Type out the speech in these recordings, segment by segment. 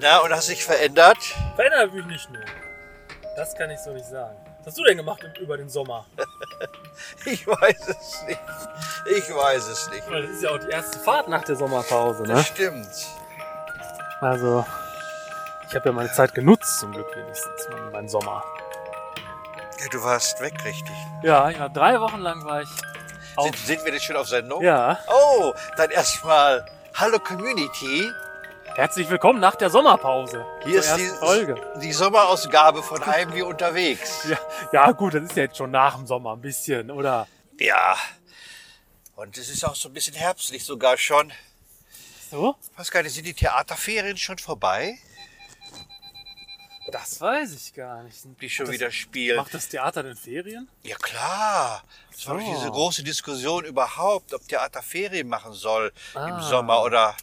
Na, und hast dich verändert? Verändert habe ich mich nicht nur. Das kann ich so nicht sagen. Was hast du denn gemacht im- über den Sommer? Ich weiß es nicht. Ich weiß es nicht. Weil das ist ja auch die erste Fahrt nach der Sommerpause, ne? Das stimmt. Also, ich habe ja meine Zeit genutzt, zum Glück wenigstens, meinen meinen Sommer. Ja, du warst weg, richtig. Ja, ich war drei Wochen lang war ich Sind, sind wir jetzt schon auf Sendung? Ja, Oh, dann erstmal Hallo Community. herzlich willkommen nach der Sommerpause. Hier Zur ist die, ersten Folge. die Sommerausgabe von Heimweh unterwegs. Ja, ja, gut, das ist ja jetzt schon nach dem Sommer ein bisschen, oder? Ja. Und es ist auch so ein bisschen herbstlich sogar schon. So? Ich weiß gar nicht, sind die Theaterferien schon vorbei? Das weiß ich gar nicht. Die schon das, wieder spielen? Macht das Theater denn Ferien? Ja klar. Es war doch So. diese große Diskussion überhaupt, ob Theater Ferien machen soll im Ah. Sommer oder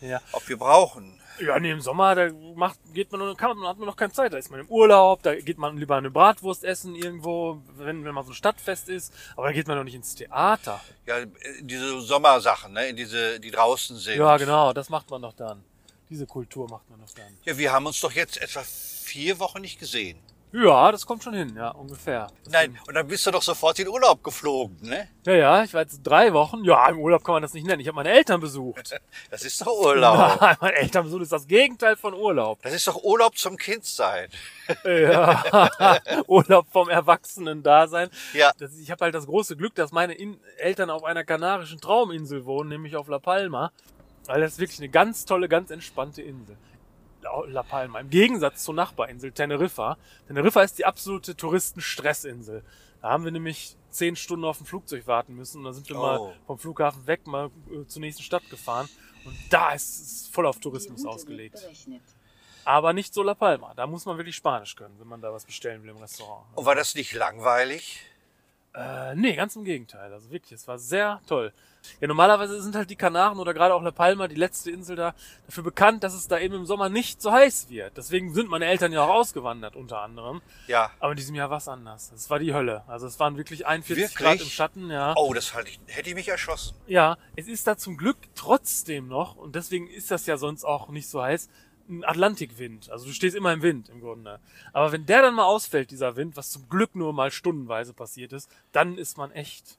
Ja. ob wir brauchen. Ja, nee, im Sommer, da macht, geht man, nur- kann man, hat man noch keine Zeit. Da ist man im Urlaub, da geht man lieber eine Bratwurst essen irgendwo, wenn, wenn man so ein Stadtfest ist. Aber da geht man doch nicht ins Theater. Ja, in diese Sommersachen, ne? in diese, die draußen sind. Ja, genau, das macht man doch dann. Diese Kultur macht man doch dann. ja, wir haben uns doch jetzt etwa vier Wochen nicht gesehen. Ja, das kommt schon hin, ja, ungefähr. Nein, und dann bist du doch sofort in Urlaub geflogen, ne? Ja, ja, ich war jetzt drei Wochen. Ja, im Urlaub kann man das nicht nennen. Ich habe meine Eltern besucht. Das ist doch Urlaub. Nein, mein Elternbesuch ist das Gegenteil von Urlaub. Das ist doch Urlaub zum Kindsein. Ja. Urlaub vom Erwachsenen-Dasein. Ja. Das, ich habe halt das große Glück, dass meine In Eltern auf einer kanarischen Trauminsel wohnen, nämlich auf La Palma. Weil das ist wirklich eine ganz tolle, ganz entspannte Insel. La, La Palma. Im Gegensatz zur Nachbarinsel Teneriffa. Teneriffa ist die absolute Touristenstressinsel. Da haben wir nämlich zehn Stunden auf dem Flugzeug warten müssen und da sind wir Oh. mal vom Flughafen weg, mal äh, zur nächsten Stadt gefahren. Und da ist es voll auf Tourismus ausgelegt. Aber nicht so La Palma. Da muss man wirklich Spanisch können, wenn man da was bestellen will im Restaurant. Und war das nicht langweilig? Äh, nee, ganz im Gegenteil. Also wirklich, es war sehr toll. Ja, normalerweise sind halt die Kanaren oder gerade auch La Palma, die letzte Insel da, dafür bekannt, dass es da eben im Sommer nicht so heiß wird. Deswegen sind meine Eltern ja auch ausgewandert, unter anderem. Ja. Aber in diesem Jahr war es anders. Es war die Hölle. Also es waren wirklich 41 Wirklich? Grad im Schatten, ja. Oh, das halt ich, hätte ich mich erschossen. Ja, es ist da zum Glück trotzdem noch, und deswegen ist das ja sonst auch nicht so heiß, ein Atlantikwind. Also du stehst immer im Wind im Grunde. Aber wenn der dann mal ausfällt, dieser Wind, was zum Glück nur mal stundenweise passiert ist, dann ist man echt,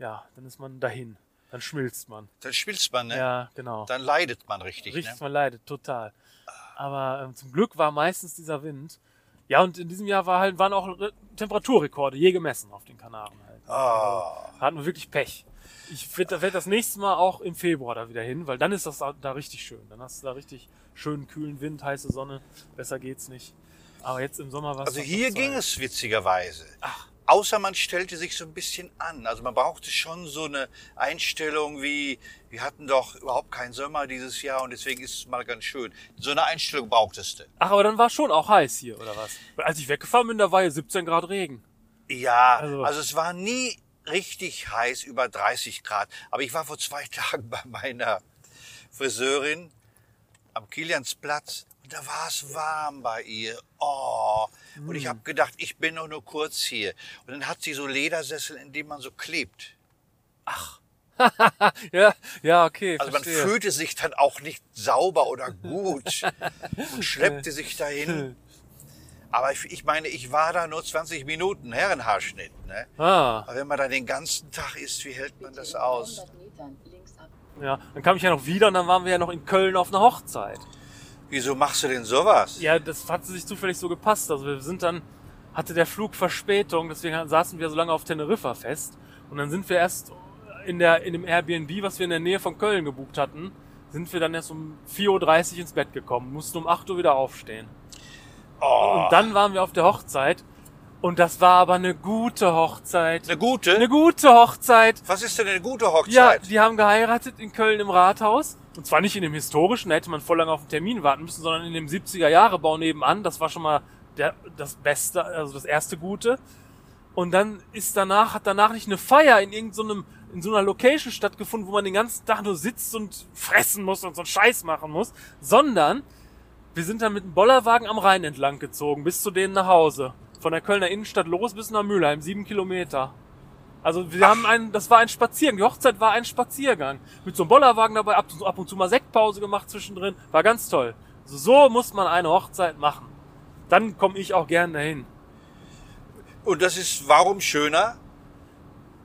ja, dann ist man dahin. Dann schmilzt man. Dann schmilzt man, ne? Ja, genau. Dann leidet man richtig, Richtig, ne? man leidet, total. Aber ähm, zum Glück war meistens dieser Wind. Ja, und in diesem Jahr war halt, waren auch Re- Temperaturrekorde je gemessen auf den Kanaren halt. Ah. Da hatten wir wirklich Pech. Ich werde werd das nächste Mal auch im Februar da wieder hin, weil dann ist das da, da richtig schön. Dann hast du da richtig schönen, kühlen Wind, heiße Sonne. Besser geht's nicht. Aber jetzt im Sommer war es. Also noch hier so ging kalt. es witzigerweise. Ach. Außer man stellte sich so ein bisschen an. Also man brauchte schon so eine Einstellung wie, wir hatten doch überhaupt keinen Sommer dieses Jahr und deswegen ist es mal ganz schön. So eine Einstellung brauchtest du. Ach, aber dann war schon auch heiß hier, oder was? Weil Als ich weggefahren bin, da war hier 17 Grad Regen. Ja, also, Also- es war nie richtig heiß über 30 Grad. Aber ich war vor zwei Tagen bei meiner Friseurin am Kiliansplatz und da war es warm bei ihr. Oh. Und Hm. ich habe gedacht, ich bin doch nur kurz hier. Und dann hat sie so Ledersessel, in dem man so klebt. ja, ja, okay. Also verstehe. man fühlte sich dann auch nicht sauber oder gut und schleppte sich dahin. Aber ich, ich meine, ich war da nur 20 Minuten, Herrenhaarschnitt. Ne? Ah, Aber wenn man da den ganzen Tag isst, wie hält man das aus? ja. Dann kam ich ja noch wieder und dann waren wir ja noch in Köln auf einer Hochzeit. Wieso machst du denn sowas? Ja, das hat sich zufällig so gepasst. Also wir sind dann, hatte der Flug Verspätung, deswegen saßen wir so lange auf Teneriffa fest. Und dann sind wir erst in, der, in dem Airbnb, was wir in der Nähe von Köln gebucht hatten, sind wir dann erst um 4.30 Uhr ins Bett gekommen, mussten um 8 Uhr wieder aufstehen. Oh, Und dann waren wir auf der Hochzeit. Und das war aber eine gute Hochzeit. eine gute? Eine gute Hochzeit. Was ist denn eine gute Ja, Hochzeit? die haben geheiratet in Köln im Rathaus. Und zwar nicht in dem historischen, da hätte man voll lange auf den Termin warten müssen, sondern in dem 70er-Jahre-Bau nebenan. Das war schon mal der, das Beste, also das erste Gute. Und dann ist danach, hat danach nicht eine Feier in irgendeinem, in so einer Location stattgefunden, wo man den ganzen Tag nur sitzt und fressen muss und so einen Scheiß machen muss, sondern wir sind dann mit dem Bollerwagen am Rhein entlang gezogen, bis zu denen nach Hause. Von der Kölner Innenstadt los bis nach Mülheim, sieben Kilometer. Also wir haben einen, das war ein Spaziergang, die Hochzeit war ein Spaziergang. Mit so einem Bollerwagen dabei, ab, ab und zu mal Sektpause gemacht zwischendrin, war ganz toll. So, so muss man eine Hochzeit machen. Dann komme ich auch gerne dahin. Und das ist warum schöner?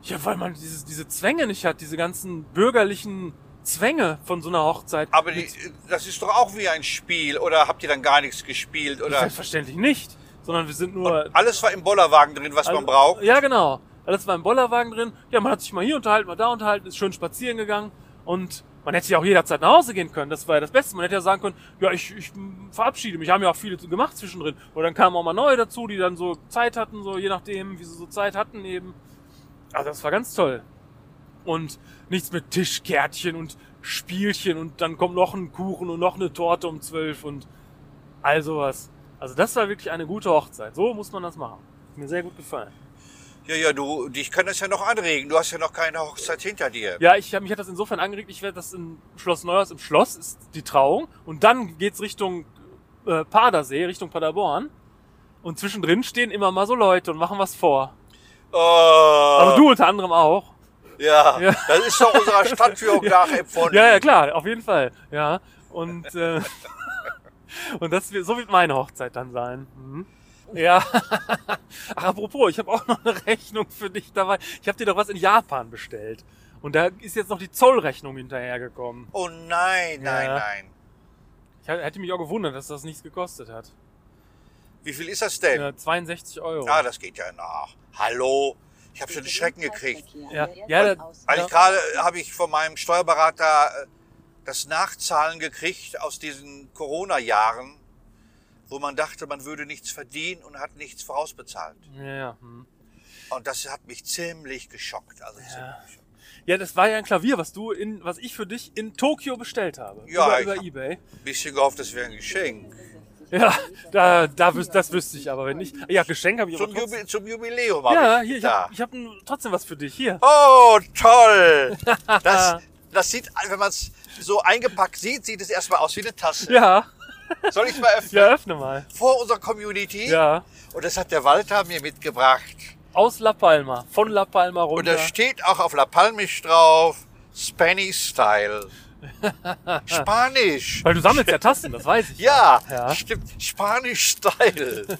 Ja, weil man diese, diese Zwänge nicht hat, diese ganzen bürgerlichen Zwänge von so einer Hochzeit. Aber die, das ist doch auch wie ein Spiel. Oder habt ihr dann gar nichts gespielt? Oder Selbstverständlich nicht, sondern wir sind nur. alles war im Bollerwagen drin, was man Also, braucht? Ja, genau. Alles war im Bollerwagen drin. Ja, man hat sich mal hier unterhalten, mal da unterhalten, ist schön spazieren gegangen und man hätte ja auch jederzeit nach Hause gehen können. Das war ja das Beste. Man hätte ja sagen können, ja, ich, ich m, verabschiede mich. Haben ja auch viele gemacht zwischendrin. Oder dann kamen auch mal neue dazu, die dann so Zeit hatten, so je nachdem, wie sie so Zeit hatten eben. Also das war ganz toll. Und nichts mit Tischkärtchen und Spielchen und dann kommt noch ein Kuchen und noch eine Torte um zwölf und all sowas. Also das war wirklich eine gute Hochzeit. So muss man das machen. Hat mir sehr gut gefallen. Ja, ja, du, dich kann das ja noch anregen. Du hast ja noch keine Hochzeit hinter dir. Ja, ich hab, mich hat das insofern angeregt, ich werde das im Schloss Neuhaus, im Schloss ist die Trauung und dann geht's Richtung äh, Padersee, Richtung Paderborn und zwischendrin stehen immer mal so Leute und machen was vor. Oh, Also du unter anderem auch. Ja, Ja. das ist doch unserer Stadtführung nachempfunden. Ja, ja, klar, auf jeden Fall. Ja, und, äh, und das wird, so wird meine Hochzeit dann sein. Mhm. Ja, Ach, apropos, ich habe auch noch eine Rechnung für dich dabei. Ich habe dir doch was in Japan bestellt. Und da ist jetzt noch die Zollrechnung hinterhergekommen. Oh nein, nein, Ja. nein. Ich hätte mich auch gewundert, dass das nichts gekostet hat. Wie viel ist das denn? Ja, 62 Euro. Ah, das geht ja nach. Hallo, ich habe schon einen Schrecken gekriegt. Ja, Ja, ja, ja, da- Weil ich gerade äh, habe ich von meinem Steuerberater äh, das Nachzahlen gekriegt aus diesen Corona-Jahren, wo man dachte, man würde nichts verdienen und hat nichts vorausbezahlt. ja, ja. hm. Und das hat mich ziemlich geschockt. Also ziemlich geschockt. ja, das war ja ein Klavier, was du in, was ich für dich in Tokio bestellt habe. Ja, über, ich über hab- eBay. Ein bisschen gehofft, das wäre ein Geschenk. Ja, da, da wüs das wüsste ich aber, wenn nicht. Ja, Geschenk habe ich aber Zum, trotzdem. Jubi zum Jubiläum Ja, habe ich hier, ich da. habe ich hab n- trotzdem was für dich. Hier. Oh, toll! Das, das sieht, wenn man es so eingepackt sieht, sieht es erstmal aus wie eine Tasse. Ja, Soll ich mal öffnen? ja, öffne mal. Vor unserer Community. Ja. Und das hat der Walter mir mitgebracht. Aus La Palma, von La Palma Und runter. da steht auch auf La Palmisch drauf, Spanish Style. Spanisch. Weil du sammelst ja Tasten, das weiß ich. Ja, Ja. stimmt. Spanisch Style.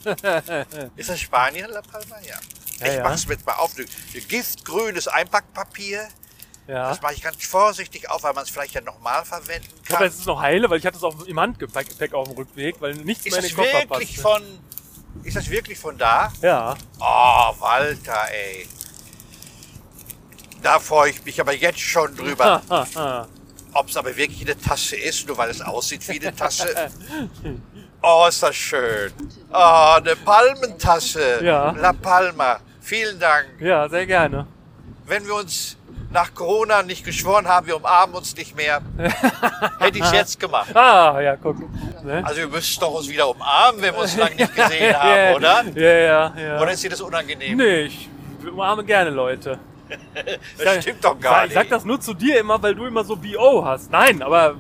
Ist das Spanien, La Palma? Ja. Ja, ich ja. mach's mit mal auf. Ein giftgrünes Einpackpapier. Ja. Das mache ich ganz vorsichtig auf, weil man es vielleicht ja nochmal verwenden Ich hoffe, kann. es ist noch heile, weil ich hatte es auf, im Handgepäck auf dem Rückweg, weil nichts Ist mehr in den das Koffer wirklich passt. von. Ist das wirklich von da? Ja. Oh, Walter, ey. Da freue ich mich aber jetzt schon drüber. Ha, ha, ha. Ob es aber wirklich eine Tasse ist, nur weil es aussieht wie eine Tasse. Oh, ist das schön. Oh, eine Palmentasse. Ja. La Palma. Vielen Dank. Ja, sehr gerne. Wenn wir uns nach Corona nicht geschworen haben, wir umarmen uns nicht mehr, hätte ich es jetzt gemacht. Ah, ja, guck. Ne? Also wir müssten doch uns wieder umarmen, wenn wir uns lange nicht gesehen haben, Ja, oder? Ja, ja, ja. Oder ist dir das unangenehm? nee, ich umarme gerne Leute. Das stimmt doch gar ich sag, Ich sag nicht. das nur zu dir immer, weil du immer so BO hast. Nein, aber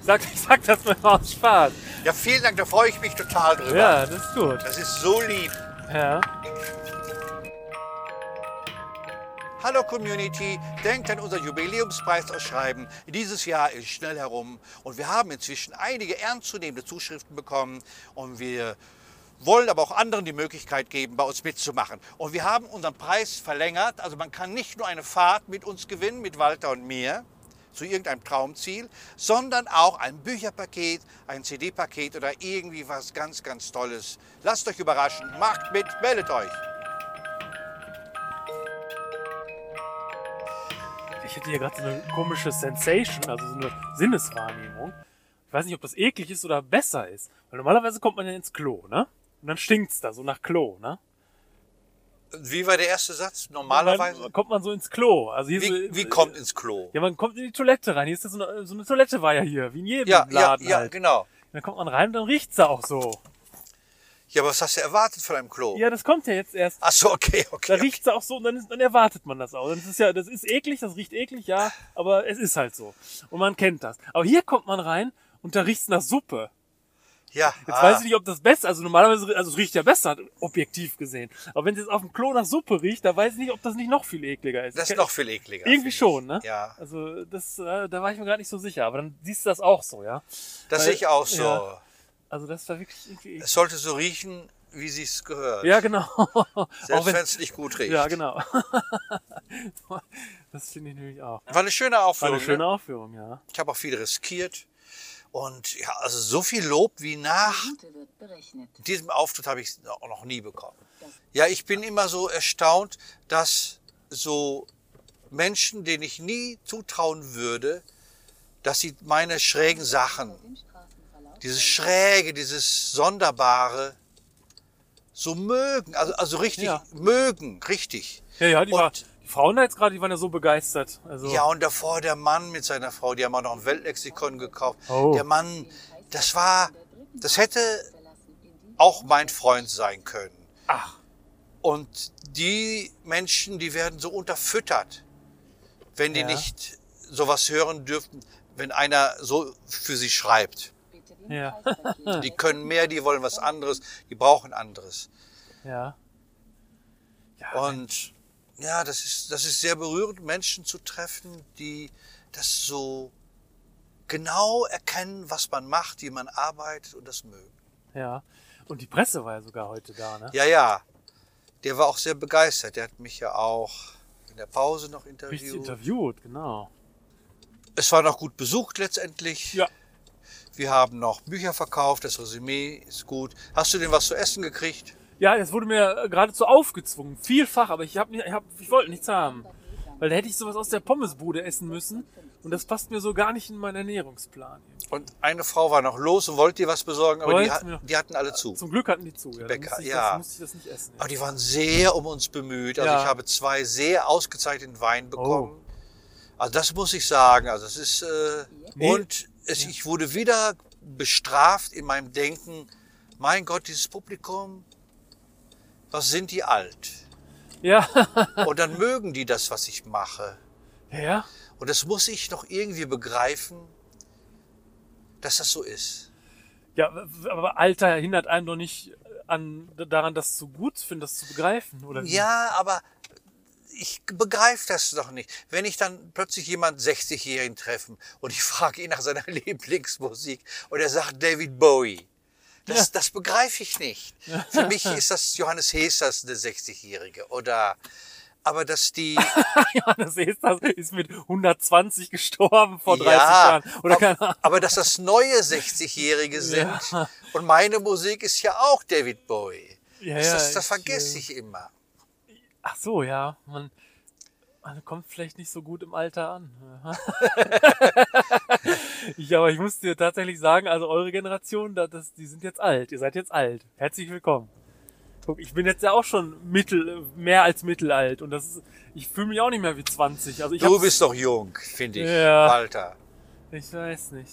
ich sag, ich sag das nur immer aus Spaß. Ja, vielen Dank, da freue ich mich total drüber. Ja, das ist gut. Das ist so lieb. Ja. Hallo Community, denkt an unser Jubiläumspreisausschreiben. Dieses Jahr ist schnell herum und wir haben inzwischen einige ernstzunehmende Zuschriften bekommen und wir wollen aber auch anderen die Möglichkeit geben, bei uns mitzumachen. Und wir haben unseren Preis verlängert, also man kann nicht nur eine Fahrt mit uns gewinnen, mit Walter und mir zu irgendeinem Traumziel, sondern auch ein Bücherpaket, ein CD-Paket oder irgendwie was ganz, ganz Tolles. Lasst euch überraschen, macht mit, meldet euch. Ich hatte hier gerade so eine komische Sensation, also so eine Sinneswahrnehmung. Ich weiß nicht, ob das eklig ist oder besser ist. Weil normalerweise kommt man ja ins Klo, ne? Und dann stinkt's da so nach Klo, ne? Wie war der erste Satz? Und Normalerweise? dann kommt man so ins Klo. Also hier Wie, so, wie kommt ins Klo? Ja, man kommt in die Toilette rein. Hier ist ja so eine, so eine Toilette war ja hier, wie in jedem Ja, ja, Laden ja, halt. genau. Dann kommt man rein und dann riecht's da auch so. Ja, aber was hast du erwartet von einem Klo? Ja, das kommt ja jetzt erst. Ach so, okay, Da okay. okay. riecht's auch so und dann, ist, dann erwartet man das auch. Dann ist es ja, das ist eklig, das riecht eklig, ja, aber es ist halt so. Und man kennt das. Aber hier kommt man rein und da riecht's nach Suppe. Ja, Jetzt ah. weiß ich nicht, ob das besser, also normalerweise, also es riecht ja besser, objektiv gesehen. Aber wenn es jetzt auf dem Klo nach Suppe riecht, da weiß ich nicht, ob das nicht noch viel ekliger ist. Das Ich ist kann- noch viel ekliger. finde Irgendwie ich. schon, ne? Ja, Also das, äh, da war ich mir gar nicht so sicher, aber dann siehst du das auch so, ja. das Weil- sehe ich auch so. ja. Also das war wirklich irgendwie. Es sollte so riechen, wie sich's gehört. Ja, genau. Auch Selbst wenn- wenn es nicht gut riecht. ja, genau. das finde ich nämlich auch. War eine schöne War Aufführung. eine ne? schöne Aufführung, ja. Ich habe auch viel riskiert. Und ja, also so viel Lob wie nach Mhm. Minute wird berechnet. diesem Auftritt habe ich auch noch nie bekommen. Ja, ich bin immer so erstaunt, dass so Menschen, denen ich nie zutrauen würde, dass sie meine schrägen Sachen, Im Straßenverlauf dieses Schräge, dieses Sonderbare so mögen, also, also richtig Ja. mögen, richtig. Ja, ja, die, Und- war, die Frauen da jetzt gerade, die waren ja so begeistert. Also, Ja, und davor der Mann mit seiner Frau, die haben auch noch ein Weltlexikon gekauft. Oh. Der Mann, das war, das hätte verlassen in die auch mein Freund sein können. Ach, Und die Menschen, die werden so unterfüttert, wenn die Ja. nicht sowas hören dürften, wenn einer so für sie schreibt. Bitte den Ja. Kreisverkehr Die können mehr, die wollen was anderes, die brauchen anderes. ja. ja Und ja, das ist, das ist sehr berührend, Menschen zu treffen, die das so genau erkennen, was man macht, wie man arbeitet und das mögen. Ja. Und die Presse war ja sogar heute da, ne? Ja, ja, der war auch sehr begeistert. Der hat mich ja auch in der Pause noch Richtig interviewt. interviewt, genau. Es war noch gut besucht letztendlich. Ja. Wir haben noch Bücher verkauft, das Resümee ist gut. Hast du denn was zu essen gekriegt? Ja, das wurde mir äh, geradezu aufgezwungen. Vielfach, aber ich, hab, nicht- ich, hab, ich wollte nichts haben. Weil da hätte ich sowas aus der Pommesbude essen müssen. Und das passt mir so gar nicht in meinen Ernährungsplan. Und eine Frau war noch los und wollte dir was besorgen, aber die, Wollte mir- hat- die hatten alle zu. Zum Glück hatten die zu. Ja, dann Bäcker, musste ich, ja. das, musste ich das nicht essen. Aber die waren sehr um uns bemüht. Also Ja. Oh. ich habe zwei sehr ausgezeichneten Wein bekommen. Also das muss ich sagen. Also es ist äh, Nee. und es, ich wurde wieder bestraft in meinem Denken. Mein Gott, dieses Publikum, was sind die alt? Ja. Und dann mögen die das, was ich mache. ja, ja. Und das muss ich noch irgendwie begreifen, dass das so ist. Ja, w- w- aber Alter hindert einem doch nicht an, daran, das zu gut zu finden, das zu begreifen, oder? wie? Ja, aber ich begreife das doch nicht. Wenn ich dann plötzlich jemand 60-Jährigen treffen und ich frage ihn nach seiner Lieblingsmusik und er sagt David Bowie. Das, das begreife ich nicht. Für mich ist das Johannes Hesers eine 60-Jährige oder aber dass die Ja, das ist, das ist mit 120 gestorben vor 30 Jahren. Oder ab- keine Ahnung. aber dass das neue 60-Jährige sind und meine Musik ist ja auch David Bowie. Ja, das, ja, das, das ich, vergesse äh, ich immer. Ach so, ja. Man, man kommt vielleicht nicht so gut im Alter an. ich, aber ich muss dir tatsächlich sagen, also eure Generation, da- das, die sind jetzt alt. Ihr seid jetzt alt. Herzlich willkommen. Guck, ich bin jetzt ja auch schon mittel, mehr als mittelalt und das ist, ich fühle mich auch nicht mehr wie 20. Also ich Du hab's- bist doch jung, finde ich, Ja. Walter. Ich weiß nicht.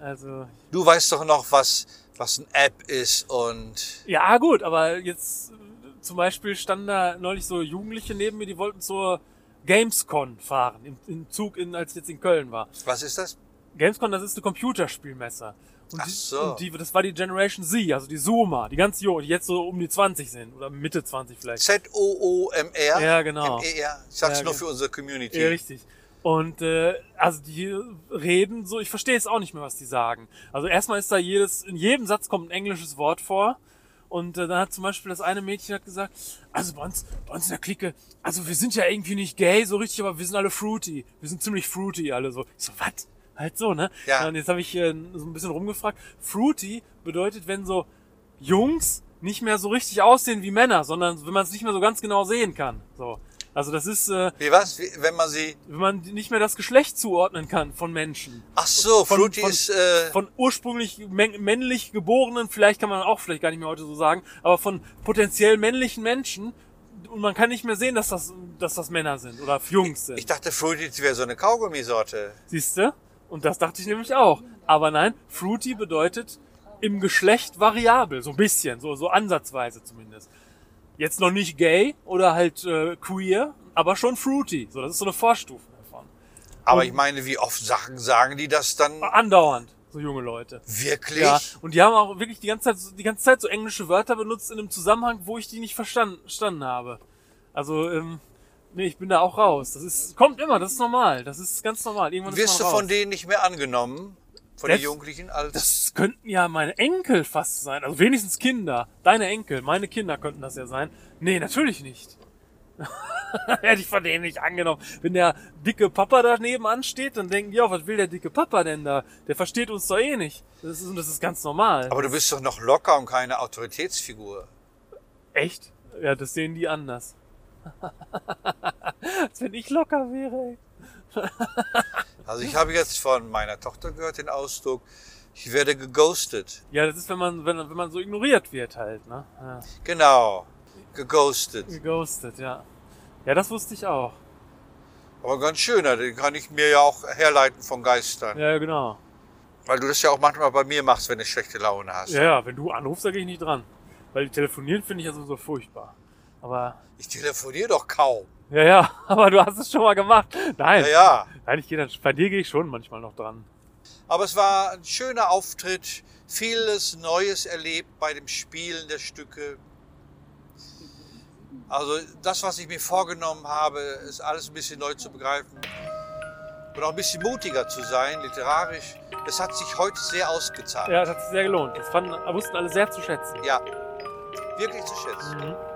Also, Du weißt doch noch, was, was ein App ist und ja gut, aber jetzt äh, zum Beispiel standen da neulich so Jugendliche neben mir, die wollten zur Gamescon fahren, im, im Zug, in, als ich jetzt in Köln war. was ist das? Gamescon, das ist eine Computerspielmesse. Und, Ach die, so. und die, das war die Generation Z, also die Zoomer, die ganz jung, die jetzt so um die 20 sind oder Mitte 20 vielleicht. Z-O-O-M-R? Ja, genau. M-E-R? E Ich sag's Ja, nur genau. für unsere Community. Ja, richtig. Und äh, also die reden so, ich verstehe es auch nicht mehr, was die sagen. Also erstmal ist da jedes, in jedem Satz kommt ein englisches Wort vor. Und äh, dann hat zum Beispiel das eine Mädchen hat gesagt, also bei uns, bei uns in der Clique, also wir sind ja irgendwie nicht gay so richtig, aber wir sind alle fruity. Wir sind ziemlich fruity alle so. Ich so, was? Halt so, ne? Ja. Und jetzt habe ich äh, so ein bisschen rumgefragt. Fruity bedeutet, wenn so Jungs nicht mehr so richtig aussehen wie Männer, sondern wenn man es nicht mehr so ganz genau sehen kann. So. Also das ist, äh, Wie was? Wie, wenn man sie. wenn man nicht mehr das Geschlecht zuordnen kann von Menschen. Ach so, Von- Fruity von- ist. Äh, Von ursprünglich män- männlich geborenen, vielleicht kann man auch vielleicht gar nicht mehr heute so sagen, aber von potenziell männlichen Menschen und man kann nicht mehr sehen, dass das, dass das Männer sind oder Jungs ich sind. dachte, Fruity wäre so eine Kaugummisorte. Siehste? Und das dachte ich nämlich auch. Aber nein, fruity bedeutet im Geschlecht variabel, so ein bisschen, so, so ansatzweise zumindest. Jetzt noch nicht gay oder halt äh, queer, aber schon fruity. So, das ist so eine Vorstufe davon. Aber ich meine, wie oft Sachen sagen die das dann? Andauernd. so junge Leute. Wirklich? Ah, Ja, und die haben auch wirklich die ganze Zeit, so- die ganze Zeit so englische Wörter benutzt in einem Zusammenhang, wo ich die nicht verstanden, verstanden habe. Also, ähm, nee, ich bin da auch raus. Das ist, kommt immer, das ist normal. Das ist ganz normal. Irgendwann ist Wirst du man raus. von denen nicht mehr angenommen? Von Selbst- den Jugendlichen als. Das könnten ja meine Enkel fast sein. Also wenigstens Kinder. Deine Enkel, meine Kinder könnten das ja sein. Nee, natürlich nicht. Hätte ich von denen nicht angenommen. Wenn der dicke Papa daneben ansteht, dann denken die auch, was will der dicke Papa denn da? Der versteht uns doch eh nicht. Das ist, und das ist ganz normal. Aber du bist doch noch locker und keine Autoritätsfigur. Echt? Ja, das sehen die anders. Als wenn ich locker wäre. ey. Also ich habe jetzt von meiner Tochter gehört den Ausdruck, ich werde geghostet. Ja, das ist, wenn man, wenn, wenn man so ignoriert wird halt, ne? Ja. Genau, geghostet. Geghostet, ja. Ja, das wusste ich auch. Aber ganz schöner, den kann ich mir ja auch herleiten von Geistern. Ja, genau. Weil du das ja auch manchmal bei mir machst, wenn du schlechte Laune hast. Ja, ja, wenn du anrufst, da gehe ich nicht dran. Weil telefonieren finde ich ja sowieso furchtbar. Aber, Ich telefoniere doch kaum. ja, ja, aber du hast es schon mal gemacht. Nein, Ja, ja. nein, ich gehe dann, bei dir gehe ich schon manchmal noch dran. Aber es war ein schöner Auftritt, vieles Neues erlebt bei dem Spielen der Stücke. Also das, was ich mir vorgenommen habe, ist alles ein bisschen neu zu begreifen und auch ein bisschen mutiger zu sein, literarisch. Das hat sich heute sehr ausgezahlt. Ja, das hat sich sehr gelohnt. Das fanden, wussten alle sehr zu schätzen. Ja, wirklich zu schätzen. Mhm.